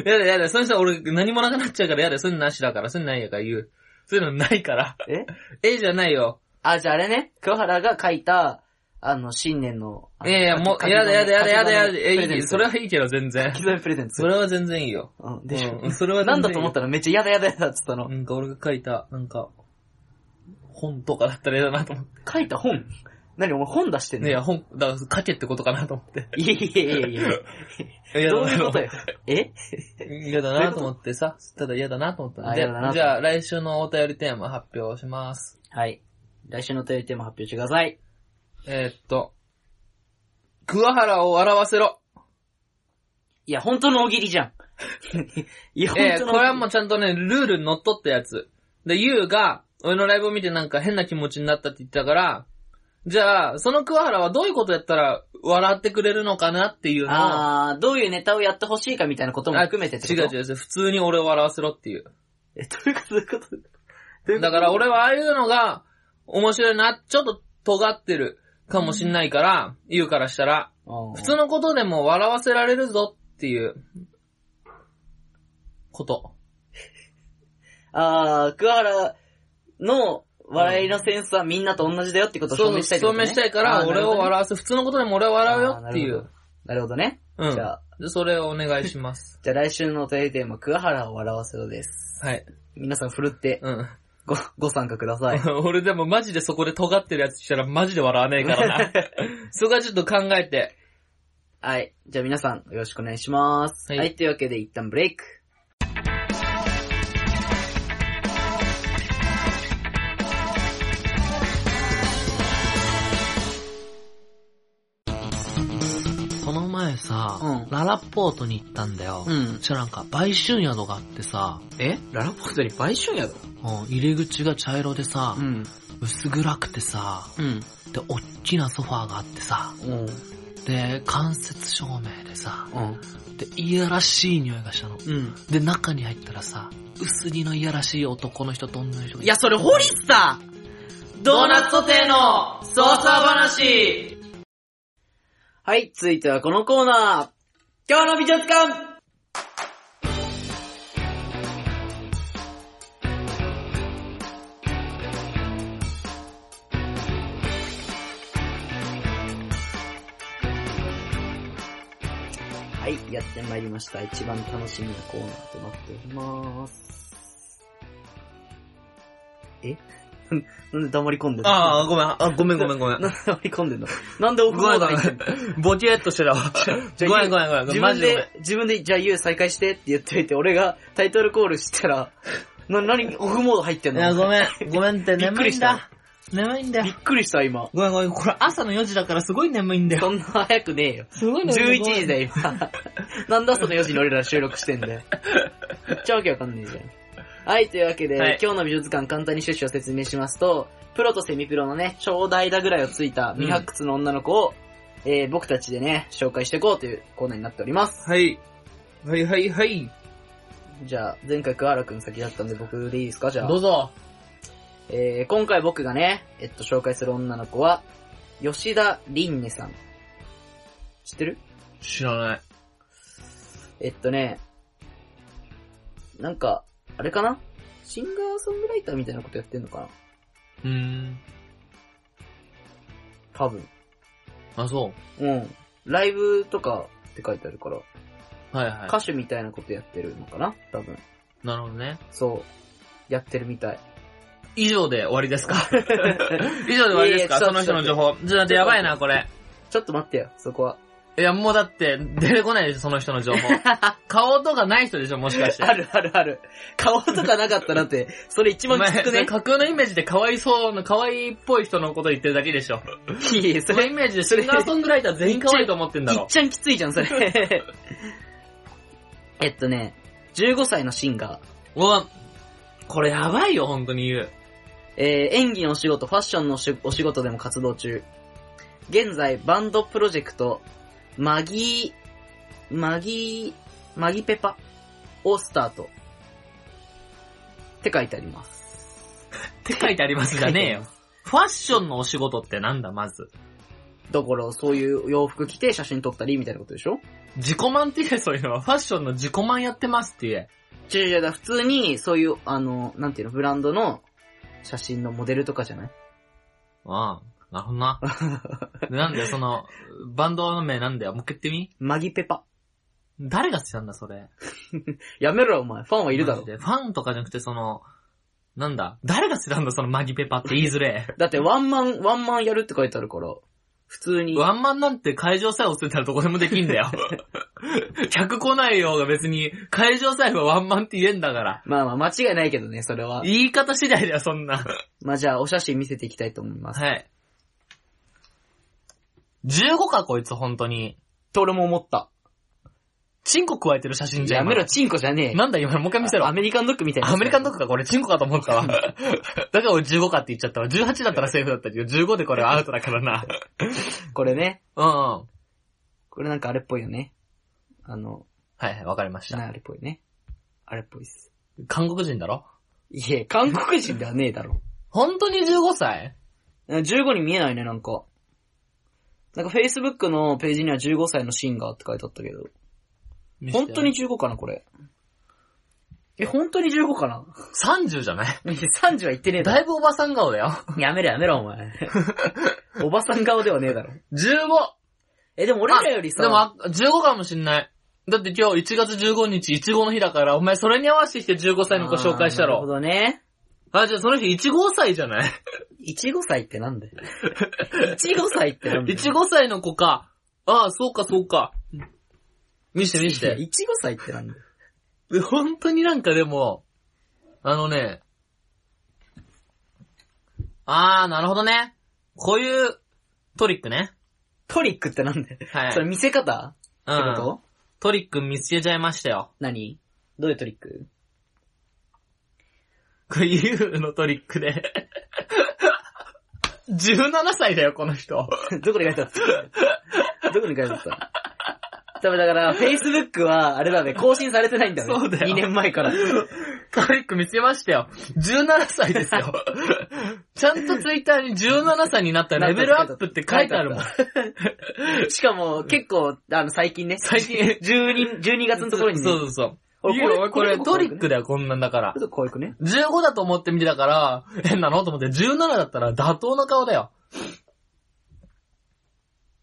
やだやだ、その人は俺何もなくなっちゃうからやだよ。そういうのなしだから、そういうのないやから言う。そういうのないから。
え
えじゃないよ。
あ、じゃああれね、桑原が書いた、あの、新年の、あ
い
の
やいや、も
書
う、
き
やだやだやだやだやだ。
書き
え、
初めのプレ
い
ゼン
い
ト
それはいいけど、全然
書。き初めプレゼントす
そ
る。
れは全然いいよ。
うん、でしょ
うん、。それは
な
全然いい
んだと思ったらめっちゃやだやだやだって言ったの。
なんか俺が書いた、なんか、本とかだったら嫌だなと思って。
書いた本何お前本出してんの
いや、本、だから書けってことかなと思って。
いやいやいやいや。
嫌
ど
だ
ういう ことよ。え
嫌だなと思ってさ、ただ嫌だなと思った
あ
で
嫌だなと思って
じゃあ来週のお便りテーマ発表します。
はい。来週のお便りテーマ発表してください。
えーっと、桑原を笑わせろ。
いや、本当の大喜利じゃん。 いや、本
え
当
ー、
の
これはもうちゃんとね、ルールに乗っ取ったやつ。で、ゆうが、俺のライブを見てなんか変な気持ちになったって言ったから、じゃあ、その桑原はどういうことやったら笑ってくれるのかなっていうのを、
あー、どういうネタをやってほしいかみたいなことも含めてってこと
違う違う違う、普通に俺を笑わせろっていう。
え、どういうことどういうことどういうこと
だから俺はああいうのが面白いな、ちょっと尖ってるかもしんないから、言うからしたら、
うん
普通のことでも笑わせられるぞっていう、こと。
あー、桑原の笑いのセンスはみんなと同じだよってことを
そう
証明
そう
したいって
証
こと、ね、
明したいから、俺を笑
う
わせ、普通のことでも俺を笑うよってい
あー
う。
なるほどね。
うん。
じゃあ、
でそれをお願いし ます。
じゃあ来週のお便りテーマ、桑原を笑わせろです。
はい。
皆さん振るって
うん。
ご、ご参加ください。
俺でもマジでそこで尖ってるやつしたらマジで笑わねえから な。そこはちょっと考えて。
はい。じゃあ皆さんよろしくお願いします。は、
はいい
というわけで一旦ブレイク。
この前さ、
うん
ララポートに行ったんだよ。
うん
そ。したらなんか、売春宿があってさ、
えララポートに売春やろ
うん入り口が茶色でさ、
ん。
薄暗くてさ、
うん。
で、おっきなソファーがあってさ、
うん。
で、間接照明でさ、
うん。
で、いやらしい匂いがしたの。
うん。
で、中に入ったらさ、薄着のいやらしい男の人と女の人が
いや、それ、ホリスだドーナツソテーの操作話はい、続いてはこのコーナー今日の美術館はい、やってまいりました。一番楽しみなコーナーとなっております。え なんで黙り込んでんの
ああ、ごめん。あ、ごめんごめんごめん。
なんで黙り込んでんの なんでオフモードに入ってんの
ボケーっとしてたわ。
じゃあ
ごめんごめんごめん。
自
マ
分
ジでごめん
で、自分で、じゃあ YOU 再開してって言っといて、俺がタイトルコールしたら、な、なに、オフモード入ってん
いや、
の
ごめん。ごめんって、
びっく
眠
り
い
し
ん
た
だ。眠いんだ
びっ
よ。
くりした、今。
ごめんごめん。これ朝の4時だからすごい眠いんだよ。
そんな早くねえ よ。
すごい眠い。
11時だよ、 今。なんだその4時に俺ら収録してんだよ。めっちゃわけわかんねえじゃん。はい、というわけで、
はい
今日の美術館簡単に趣旨を説明しますと、プロとセミプロのね、超大だぐらいをついた未発掘の女の子を、えー、僕たちでね、紹介していこうというコーナーになっております。
はい。はいはいはい。
じゃあ、前回桑原くん先だったんで僕でいいですかじゃあ。
どうぞ。
えー今回僕がね、えっと、紹介する女の子は、吉田凛音さん。知ってる
知らない。
えっとね、なんか、あれかなシンガーソングライターみたいなことやってんのかな
うーん。
多分。
あ、そ
うん。ライブとかって書いてあるから、
う。はいは
歌手みたいなことやってるのかな多分。
い。なるほどね。
そう。やってるみたい。
以上で終わりです か以上で終わりです
いや
か
いや
その人の情報。じゃあ、やばいな、これ。
ちょっと待ってよ、そこは。
いや、もうだって、出てこないでしょ、その人の情 報。顔とかない人でしょ、もしかして。
あるあるある。顔とかなかったなんて、それ一
お
番
前
きつくね。
架空のイメージで可哀想な、可愛いっぽい人のこと言ってるだけでしょ。
いやいやそ
その
れ、
イメージでシンガーソングライター全員可愛いと思ってんだ
いっ
ろ。
ちゃんきついじゃん、それ。えっとね、15歳のシンガー。
うわ、これやばいよ、本当に言う。
えー演技のお仕事、ファッションのおしお仕事でも活動中。現在、バンドプロジェクト、マギー、マギー、マギペパをスタート。って書いてあります。
って書いてありますじゃねえよ。ファッションのお仕事ってなんだ、まず。
だから、そういう洋服着て写真撮ったりみたいなことでしょ
自己満って言え、そういうのは。ファッションの自己満やってますって言え。
違う違う、だから普通に、そういう、あの、なんていうの、ブランドの写真のモデルとかじゃない
ああ、なるほど な。でなんだよ、その、バンドの名なんだよ。もう一回言ってみ
マギペパ。
誰が好きなんだ、それ。
やめろよ、お前。ファンはいるだ
マ
ろ
ジ。でファンとかじゃなくて、その、なんだ誰が好きなんだ、そのマギペパって言いづれえ。
だって、ワンマン、ワンマンやるって書いてあるから、普通に。
ワンマンなんて会場さえ忘れたらどこでもできんだ よ。客来ないようが別に、会場さえはワンマンって言えんだから。
まあまあ、間違いないけどね、それは。
言い方次第だよ、そんな。
まあじゃあ、お写真見せていきたいと思い ます。
はい。15か、こいつ、本当に。
と俺も思った。
チンコ加えてる写真じゃ
や
ん。
めろ、
今
チンコじゃねえ。
なんだ、今のもう一回見せろ
ア。メリカンドッグみたいな。
アメリカンドッグか、これ、チンコか と思ったわ。だから俺15かって言っちゃったわ。18だったらセーフだったけど、15でこれはアウトだからな。
これね。
うんうん。
これなんかあれっぽいよね。あの、
はいはい、わかりまし
な
た。
あれっぽいね。あれっぽいっす。
韓国人だろ
いえ、韓国人ではねえだろ。
本当に15歳
15に見えないね、なんか。なんか Facebook のページには15歳のシンガーって書いてあったけど。本当に15かな、これ。え、本当に15か な
?30 じゃない
?30 は言ってねえだ
だ
ろ。
いぶおばさん顔だよ。
やめろやめろ、お 前。おばさん顔ではねえだろ。
15!
え、でも俺らよりさ、
でも、あ15かもしんない。だって今日1月15日、いちごの日だから、お前それに合わせてきて15歳の子紹介した
あーなるほ
ろ。
どね。
あ、じゃあその人15歳じゃない
いちご歳ってなん だよ。いちご歳ってなんだよ。
?15 歳の子か。ああ、そうかそうか。見して見し
いや
て。
いちご歳ってなんだよ。
で本当になんかでも、あのね、あー、なるほどね。こういうトリックね。
トリックってなんだよ。
はい。
それ見せ方ってこ
うん、
と
トリック見つけちゃいましたよ。
何どういうトリッ ク
これ U のトリックで。17歳だよ、この人。
どこに書いてあったどこに書いてあ った多分だから、Facebook は、あれだね、更新されてないんだね。
そうだよ
2年前から。
トリック見つけましたよ。17歳です よ。ちゃんとツイッターに17歳になったらレベルアップって書いてあるもん。
しかも、結構、あの、最近ね。
最近
12、12月のところにね。
そうそうそう。
おい
いいよ
こ
こ
れ
れ
これ
トリックだよ、こんなんだから
ちょっ。と可愛くね。
15だと思って見てたから、変なのと思って、17だったら妥当な顔だよ。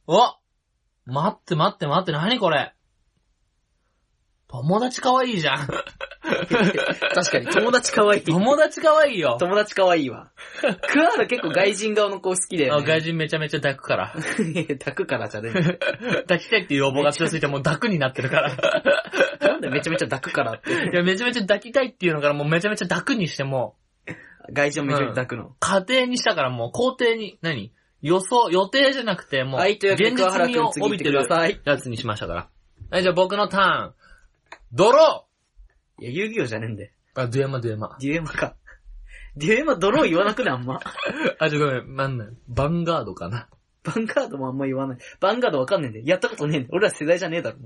お待って待って待って、何これ友達可愛いじ ゃん。
確かに、友達可愛い。
友達可愛い よ。
友達可愛いわ。クアール結構外人顔の子好きだよ、
あ
ね。
外人めちゃめちゃ抱くから。
人。抱くからじゃねえ。
抱きたいっていう要望が強すぎてもう抱くになってるから。
なんでめちゃめちゃ抱くからって。
いや、めちゃめちゃ抱きたいっていうのからもうめちゃめちゃ抱くにしても
外人めちゃめちゃ抱くの。
う、家庭にしたからもう肯定に、何予想、予定じゃなくてもう、
はい、というわけで、
現
桑
実
原
味
くん
を
次行
帯
っ
び
て
て
くだ
る
さい。
やつにしましたから。はい、じゃあ僕のターン。ドロ
いや、遊戯王じゃねえんだよ。
ーあ、ドゥエマドゥエマ。
デュエマか。デュエマドロー言わなくね、あんま。
あ、ちょ、ごめん、なんなんバンガードかな。
バンガードもあんま言わない。バンガードわかんねえんだよ。やったことねえんだよ。俺ら世代じゃねえだろ。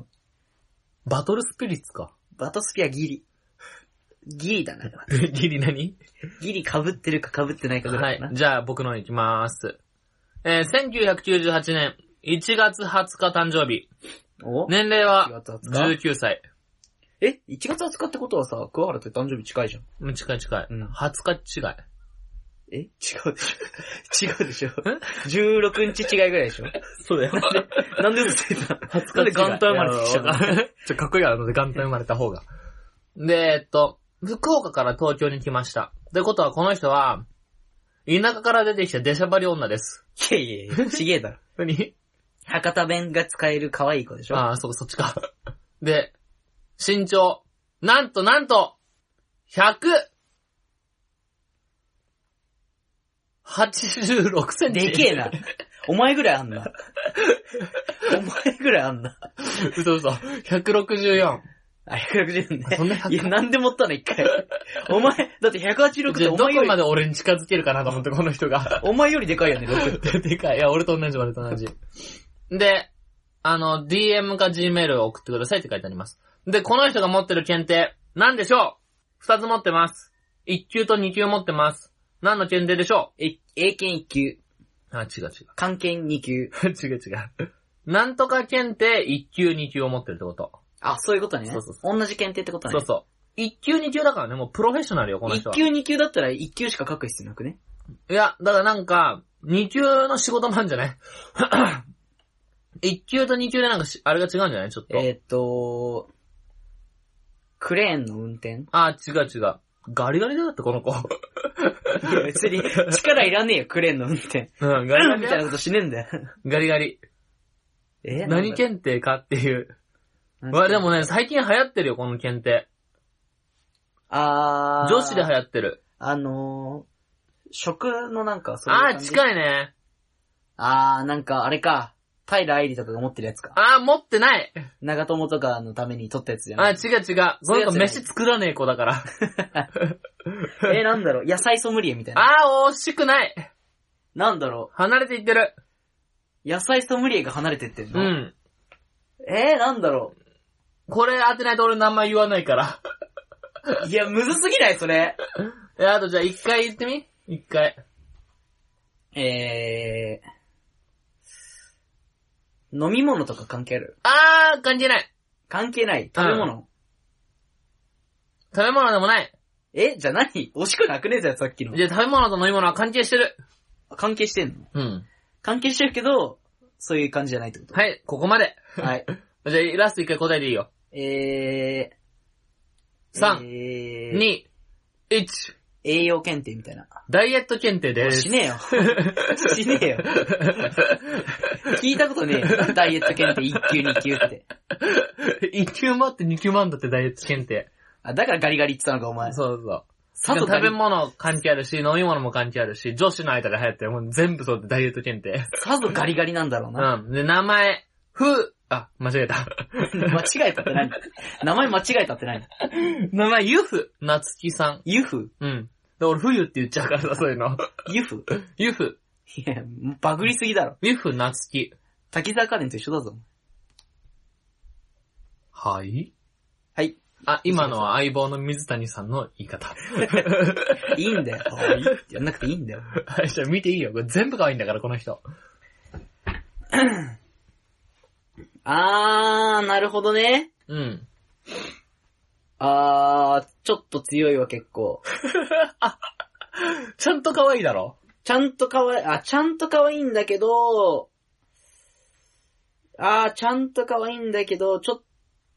バトルスピリッツか。
バトスピアギリ。ギリだな。
ギリ何
ギリ被ってるか被ってないかぐ
は
らい
い
かな。。
じゃあ僕の方行きまーす。えー、1998年1月20日誕生日。
お
年齢は
1月20日。
19歳。
え ?1 月20日ってことはさ、桑原って誕生日近いじゃん。
うん近い近い。
うん
20日違い。
え違うで しょ違うでしょ ?16 日違いぐらいでしょ
そう だよ。
なんで嘘ついた
恥ず
な
か
んで
しいわ。
元旦生まれてきちゃったの
いやわかんないちょ、かっこいいから、で、元旦生まれた方が。で、えっと、福岡から東京に来ました。ということは、この人は、田舎から出てきた出しゃばり女です。
いやいやいや、ちげえだろ。
何
博多弁が使える可愛い子でしょ
ああ、そう、そっちか。で、身長、なんとなんと、186センチ。
でけえな。お前ぐらいあんな。お前ぐらいあんな。
嘘嘘。164。
あ、160ね。
そんな100
いや、なんで持ったの一回。お前、だって186っ
じ
て
ゃ
お
あど
前よ
こ
り
ま、で俺に近づけるかなと思って、この人が。
お前よりでかいよ ね、6。
でかい。いや、俺と同じ、俺と同じ。で、あの、DM か Gmail を送ってくださいって書いてあります。で、この人が持ってる検定、なんでしょう二つ持ってます。一級と二級持ってます。何の検定でしょ
え、英検1級、
うあ、違う違う。
漢検2級。
違う違 う。なんとか検定、一級二級を持ってるってこと。
あ、そういうことね。
そうそう
同じ検定ってことね。
そうそう。一級二級だからね、もうプロフェッショナルよ、この
1
人は。
級2級だったら1級しか書く必要なくね。
いや、だからなんか、二級の仕事もあるんじゃない 一級と二級でなんかし、あれが違うんじゃないちょっと。
えーっと、クレーンの運 転
あ、違う違う。ガリガリだよって、この子。
いや別に力いらねえよ、クレーンの運 転。
うん、ガリガ
うん
リ
みたい
だ
な
よ。
ことしねえんだよ。
ガリガリ。
え
何検定かっていう。
なんだ
わ、でもね、最近流行ってるよ、この検定。
あー。
女子で流行ってる。
あのー、食のなんか、そういう
あ
感
ー、
じ。い。
近いね。
あー、なんか、あれか。平愛理とかが持ってるやつか。
あー、持ってない。
長友とかのために取ったやつじゃ
あ
な
ー、
い。
違う違う。こ
そういうや
の子
つね
飯作らねえ子だから。
えー、なんだろう。野菜ソムリエみたいな。
あー、惜しくない。
なんだろ
離れていってる。
う。野菜ソムリエが離れてってん
う
の。
ん。
えー、なんだろ
これ当てないと俺名前言わないから。
う。いや、むずすぎない、それ。
え、あとじゃあ一回言ってみ一回。
えー、飲み物とか関係ある
あー、関係ない。
関係ない。食べ物。
食べ物でもない。
え、じゃあ何惜しくなくねえじゃん、さっきの。
じゃあ食べ物と飲み物は関係してる。
関係してんの
うん。
関係してるけど、そういう感じじゃないってこと。
はい、ここまで。
はい。
じゃあラスト一回答えていいよ。
えー、
三
えー、
2、1。
栄養検定みたいな。
ダイエット検定です
し。ねえ よ。しねえよ。聞いたことねえよ。ダイエット検定1級2級って。
1級もあって2級もあんだってダイエット検定。
あ、だからガリガリって言ったのか、お前。
そうそう。
佐藤
食べ
物。
物関係あるし、飲み物も関係あるし、女子の間で流行ってる。もう全部そうでダイエット検定。
さぞガリガリなんだろうな。
うん。で、名前、ふ、あ、間違え た。
間違えたって何名前間違えたって何
名前、ゆふ、なつきさん。
ユフ
うん。で、俺、冬って言っちゃうからさ、そういうの。
ユフ
ゆふ、
いや、バグりすぎだろ。
ゆふなつき。
滝沢カレンと一緒だぞ。
はい
はい。
あ、今のは相棒の水谷さんの言い方。
いいんだよ。いいってやんなくていいんだよ。
はい、じゃあ見ていいよ。これ全部可愛いんだから、この人。
あー、なるほどね。
うん。
あー、ちょっと強いわ、結構。
ちゃんと可愛いだろ
ちゃんとかわい、あ、ちゃんと可愛いんだけど、あー、ちゃんと可愛いんだけど、ちょっ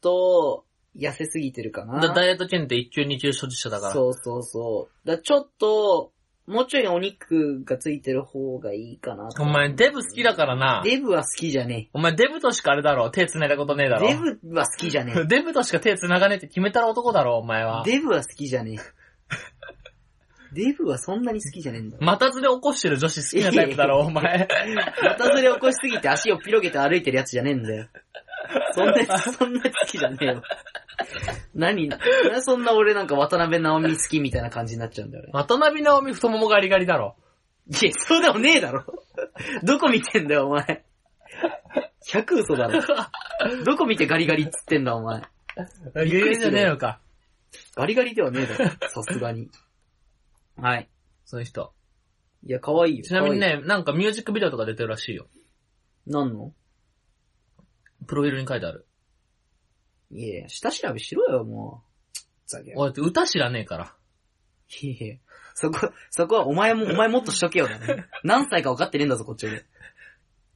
と、痩せすぎてるかな。
だダイエット検定1級2級所持者だから。
そうそうそう。だちょっと、もうちょいお肉がついてる方がいいかなと
お前、デブ好きだからな。
デブは好きじゃね
お前、デブとしかあれだろ。手繋いだことねえだ
え。
ろ。
デブは好きじゃねえ。
デブとしか手繋がねえって決めたら 男だろ、お前は。
デブは好きじゃねえ。デブはそんなに好きじゃねえんだ。
またずれ起こしてる女子好きなタイプ だろ、お前。
またずれ起こしすぎて足を広げて歩いてるやつじゃねえんだよ。そんな やつ、そんなやつ好きじゃねえよ。何、なんでそんな俺なんか渡辺直美好きみたいな感じになっちゃうんだよね。
渡辺直美太ももガリガリだろ。
いや、そうでもねえだろ。どこ見てんだよ、お前。100嘘だろ。どこ見てガリガリっつってんだ、お前。
ガリガリじゃねえのか。
ガリガリではねえだろ、さすがに。はい。
その人。
いや、可愛いよ。
ちなみにね、なんかミュージックビデオとか出てるらしいよ。
可愛い。なんの
プロフィールに書いてある。
いや、下調べしろよ、もう。ざけん
俺だって歌知らねえから。
いやいやそこ、そこはお前も、お前もっとしとけよだね。何歳か分かってねえんだぞ、こっちより。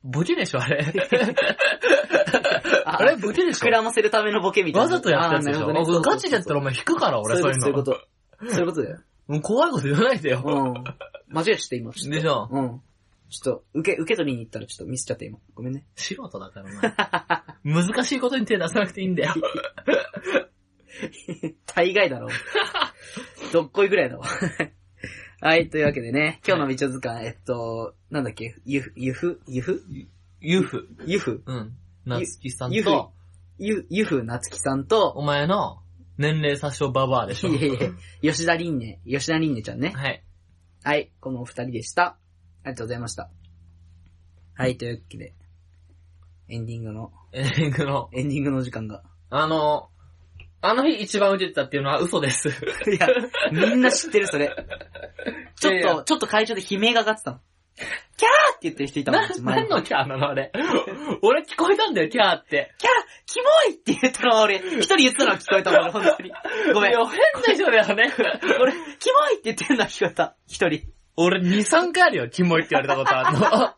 ボケでしょ、あれ。
あ
あれ、ボケでし
膨
ょ。
らませるためのボケみたいな。
わざとやったやつでし
あー
ょ。
なるほど
僕
ね
ガチでやったらお前引くから、俺、
そうい
そういうう
こと、そういうこと。そうい
の。
うことだよ。
もう怖いこと言わないでよ。
うん。間違えちゃった、今。ちょっ
でしょ
と。うん。ちょっと、受け、受け取りに行ったらちょっとミスっちゃった、今。ごめんね。
素人だからな。難しいことに手出さなくていいんだよ。
大概だろ。どっこいぐらいだわ。 はい、というわけでね、今日の道図鑑、えっと、なんだっけ、ゆふ、ゆふ、ゆふ
ユフ。
ゆふ、
うん。夏木さん
ゆふ
と、
ゆ、ゆふなつきさんと、
お前の年齢詐称ババアでしょ。
いえいえ、吉田凛ね、吉田凛ねちゃんね。
はい。
はい、このお二人でした。ありがとうございました。はい、というわけで、エンディングの、
エンディングの。
エンディングの時間が。
あの、あの日一番受けてたっていうのは嘘です。
いや、みんな知ってる、それ。ちょっと、
いやいや
ちょっと会場で悲鳴が上がってたの。キャーって言ってる人いたもん
な、、
前
何
に
のキャーなのあれ。俺聞こえたんだよ、キャーって。
キャーキモいって言ったのは俺、一人言ってたのは聞こえたもん、俺、本当に。ごめん。
いや
俺、
変な人だよね。
キモいって言ってるのは聞こえた。一人。
俺2、3回あるよ、キモいって言われたことあ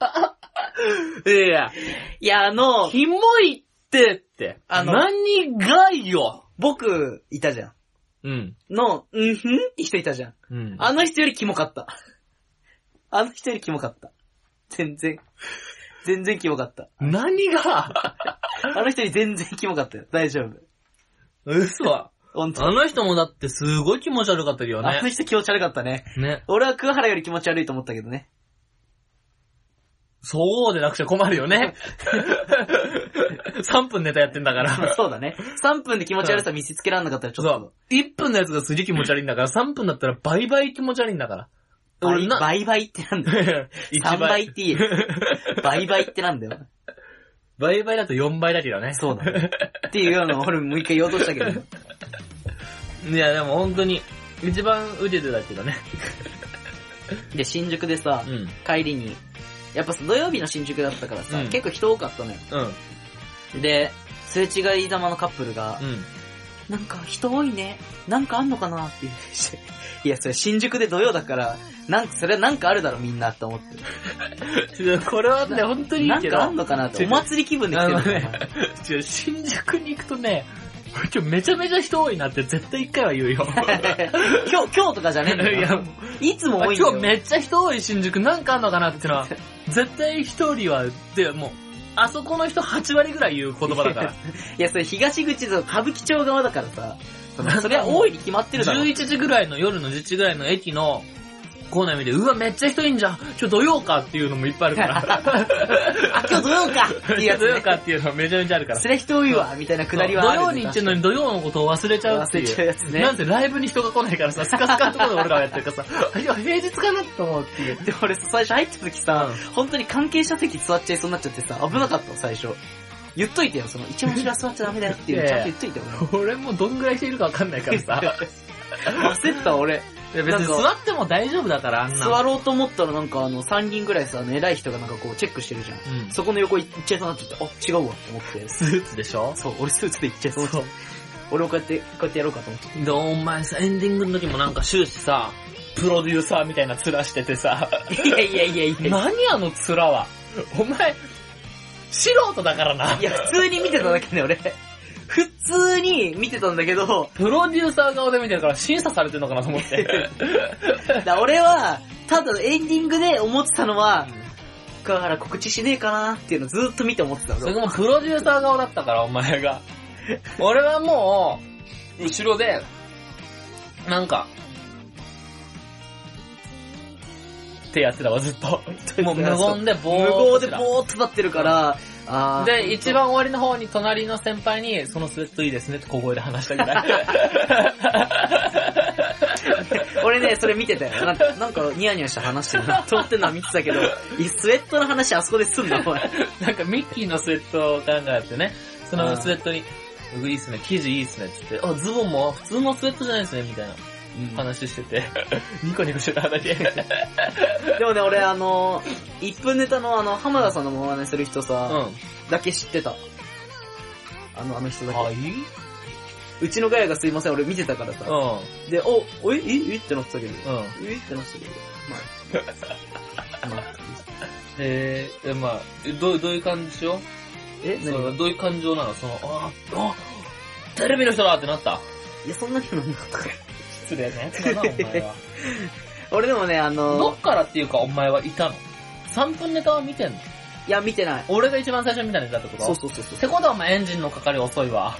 るの。いやいや、
いや、あの、
キモいってって、
あの
何がいよ。
僕、いたじゃ
うん。
ん。の、うんふんって人いたじゃん。
うん。
あの人よりキモかった。あの人よりキモかった。全然。全然キモかった。
何が、
あの人より全然キモかったよ。大丈夫。
嘘。
ほんと。
あの人もだってすごい気持ち悪かったよ
あ
ね
の。人気持ち悪かったね。
ね。
俺は桑原より気持ち悪いと思ったけどね。
そうでなくちゃ困るよ ね。3分ネタやってんだから。
そうだね。3分で気持ち悪さ見せつけらんなかったらちょっ
そう
と。。
1分のやつがすげえ気持ち悪いんだから、3分だったら倍々気持ち悪いんだから。
倍
俺な、
倍倍ってなんだよ。
一
3倍っ。て言えよ。倍倍ってなんだよ。
倍々だと4倍だけどね。
そうだね。っていうような俺もう一回言おうとしたけど。
いや、でも本当に、一番受けてたけどね。
で、新宿でさ
う、ん。
帰りに、やっぱさ、土曜日の新宿だったからさ、
うん
結構人多かったのよ。
うん。
で、すれ違い玉のカップルが
う、ん。
なんか人多いね。なんかあんのかなって言うして。 いや、それ新宿で土曜だから、なんか、それはなんかあるだろみんなって思って
これはね、本当
る。
にい
ないん
けど。
かあんのかなって、お祭り気分で来
あ
てる
の
のかな
ね、違う新宿に行くとね、今日めちゃめちゃ人多いなって絶対一回は言うよ。
今日、今日とかじゃねえんだ
い
よ
や
な。、 いつも 多いんだ
今
よ。
日めっちゃ人多い新宿なんかあんのかなって のは、絶対一人は、で、もう、あそこの人8割ぐらい言う言葉 だから。
いや、それ東口の歌舞伎町側だからさ、そのそれは多いに決まってるだ ろ。
11時ぐらいの夜の10時ぐらいの駅の構内見て、うわ、めっちゃ人いんじゃん今日土曜かっていうのもいっぱいあ るから。
あ、今日土曜かっていう
いや
や
土
つ
曜
ね。
かっていうのはめちゃめちゃあるから
そ。れ人多いわ、みたいなくだりは
土
ある
曜
ん
に
だ
行ってんのに土曜のことを忘れちゃうって
忘れちゃう
い
やつ
う。
ね
なんでライブに人が来ないからさ、スカスカのところで俺らはやってるからさ、 いや、平日かなって思うっていう。
で、俺さ、最初入った時さ、
う
本当に関係者席座っちゃいそうになっちゃってさ、危なかったわ、最初。言っといてよ、その、一番後ろは座っちゃダメだよっていうの
い
ちゃ
や
んと
い
言
や
っといてよ、
俺もどんぐらい人いるかわかんないからさ。
俺焦ったわ、俺。
いや別に座っても大丈夫だから、あんな。
座ろうと思ったらなんかあの、3人ぐらいさ、あの偉い人がなんかこう、チェックしてるじゃん。
うん。
そこの横行っちゃいそうになっちゃって、あ、違うわって思って。
スーツでしょ
そう、俺スーツで行っちゃいそうになっちゃ
そ
って。俺をこうやって、こうやってやろうかと思って。
う。で、お前さ、エンディングの時もなんか終始さ、プロデューサーみたいな面しててさ、
いやいやいやいや。
何あの面は。お前、素人だからな。
いや、普通に見てただけね、俺。普通に見てたんだけど、
プロデューサー顔で見てるから審査されてるのかなと思って。
だから俺は、ただエンディングで思ってたのは、桑原告知しねえかなっていうのずーっと見て思ってた
それ
俺。
もプロデューサー顔だったから、お前 が。俺はもう、後ろで、なんか、ってやってたわ、ずっと。もう 無言でぼ
無
ー
謀
っとして
で
た
ぼーっとなってるから、あー
で、一番終わりの方に隣の先輩に、そのスウェットいいですねって小声で話したぐらい。
俺ね、それ見てたよ。なんか、なんかニヤニヤして話してるな。通ってんのは見てたけ ど、いスウェットの話あそこですんだ、お前。
なんかミッキーのスウェットを考えてね、そのスウェットに、僕いいっすね、生地いいっすねって言って、あ、ズボンも普通のスウェットじゃないですね、みたいな話して て、ニコニコしてた 話。
でもね、俺あのー、1分ネタのあの、浜田さんのモノマネする人
う
さ、
ん。
だけ知ってた。あの、あの人だけ。
い
うちのガヤがすいません、俺見てたから
う
さ。
ん。
で、お、おえ、え、えってなってたけど。
うん。
えってなってたけど。まあ。まあ
えー、え、まあ、えどう、どういう感じよ
え、
そ
何
のどういう感情なのその、あーあテレビの人だってなった。
いや、そんなにもなんなかった。
失礼なやつだな、お前は。
俺でもね、あ
ど
の
っからっていうか、お前はいたの ?3 分ネタは見てんの
いや、見てない。
俺が一番最初に見たネタってこと
そうそうそうそう
っ。てことはお前エンジンのかかり遅いわ。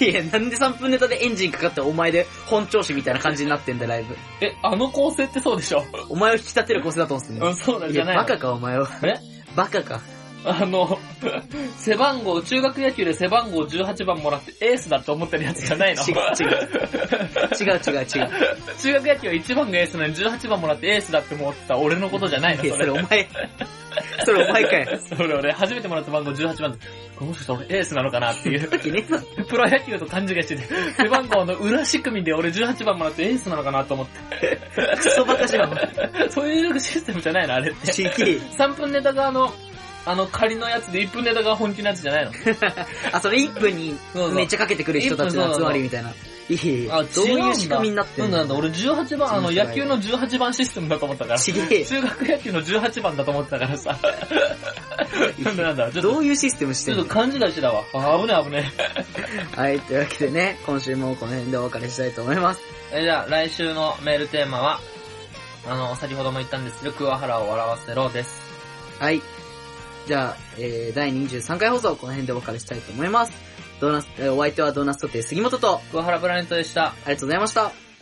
いや、なんで3分ネタでエンジンかかってお前で本調子みたいな感じになってんだよ、ライブ。
え、あの構成ってそうでしょ
お前を引き立てる構成だと思ってん
う
だ
ん、そうなん
よ。い
じゃ
や、
ない
バカか、お前は。
え
バカか。
あの、背番号、中学野球で背番号18番もらってエースだって思ってるやつじゃないの
違う違う。違う違う違う。
中学野球1番がエースなのに18番もらってエースだって思ってた俺のことじゃないの
いや、
そ
それ
れ
お。前、それお前かよ。
それ俺、初めてもらった番号18番で、これもしかして俺エースなのかなって い
い
う。
やね
プロ野球と勘違いしてて、背番号の裏仕組みで俺18番もらってエースなのかなと思 って。
クソバカじゃん。
そういうシステムじゃないの、あれって。
ちきり。
3分ネタがあの、あの仮のやつで1分ネタが本気のやつじゃないの。
あ、それ1分に
そうそう
めっちゃかけてくる人たちの集まりみたいな。いやいやどういう仕組みになって
る
ん
ん
の
だ。なんだ、俺18番、あの野球の18番システムだと思ったから。
ちげえよ
中学野球の18番だと思ってたからさ。なんだなんだ、ちょっ
ど
と、
ういうシステムして
ち
ん
ょ
の
っと勘違いしてたわ。あ危ねえ危ねえ。
はい、というわけでね、今週もこの辺でお別れしたいと思います。
えじゃあ、来週のメールテーマは、あの、先ほども言ったんですけど、桑原を笑わせろです。
はい。じゃあ、えー、第23回放送、この辺でお別れしたいと思います。ドーナツ、えーお相手はドーナツとて杉本と、
桑原プラネットでした。
ありがとうございました。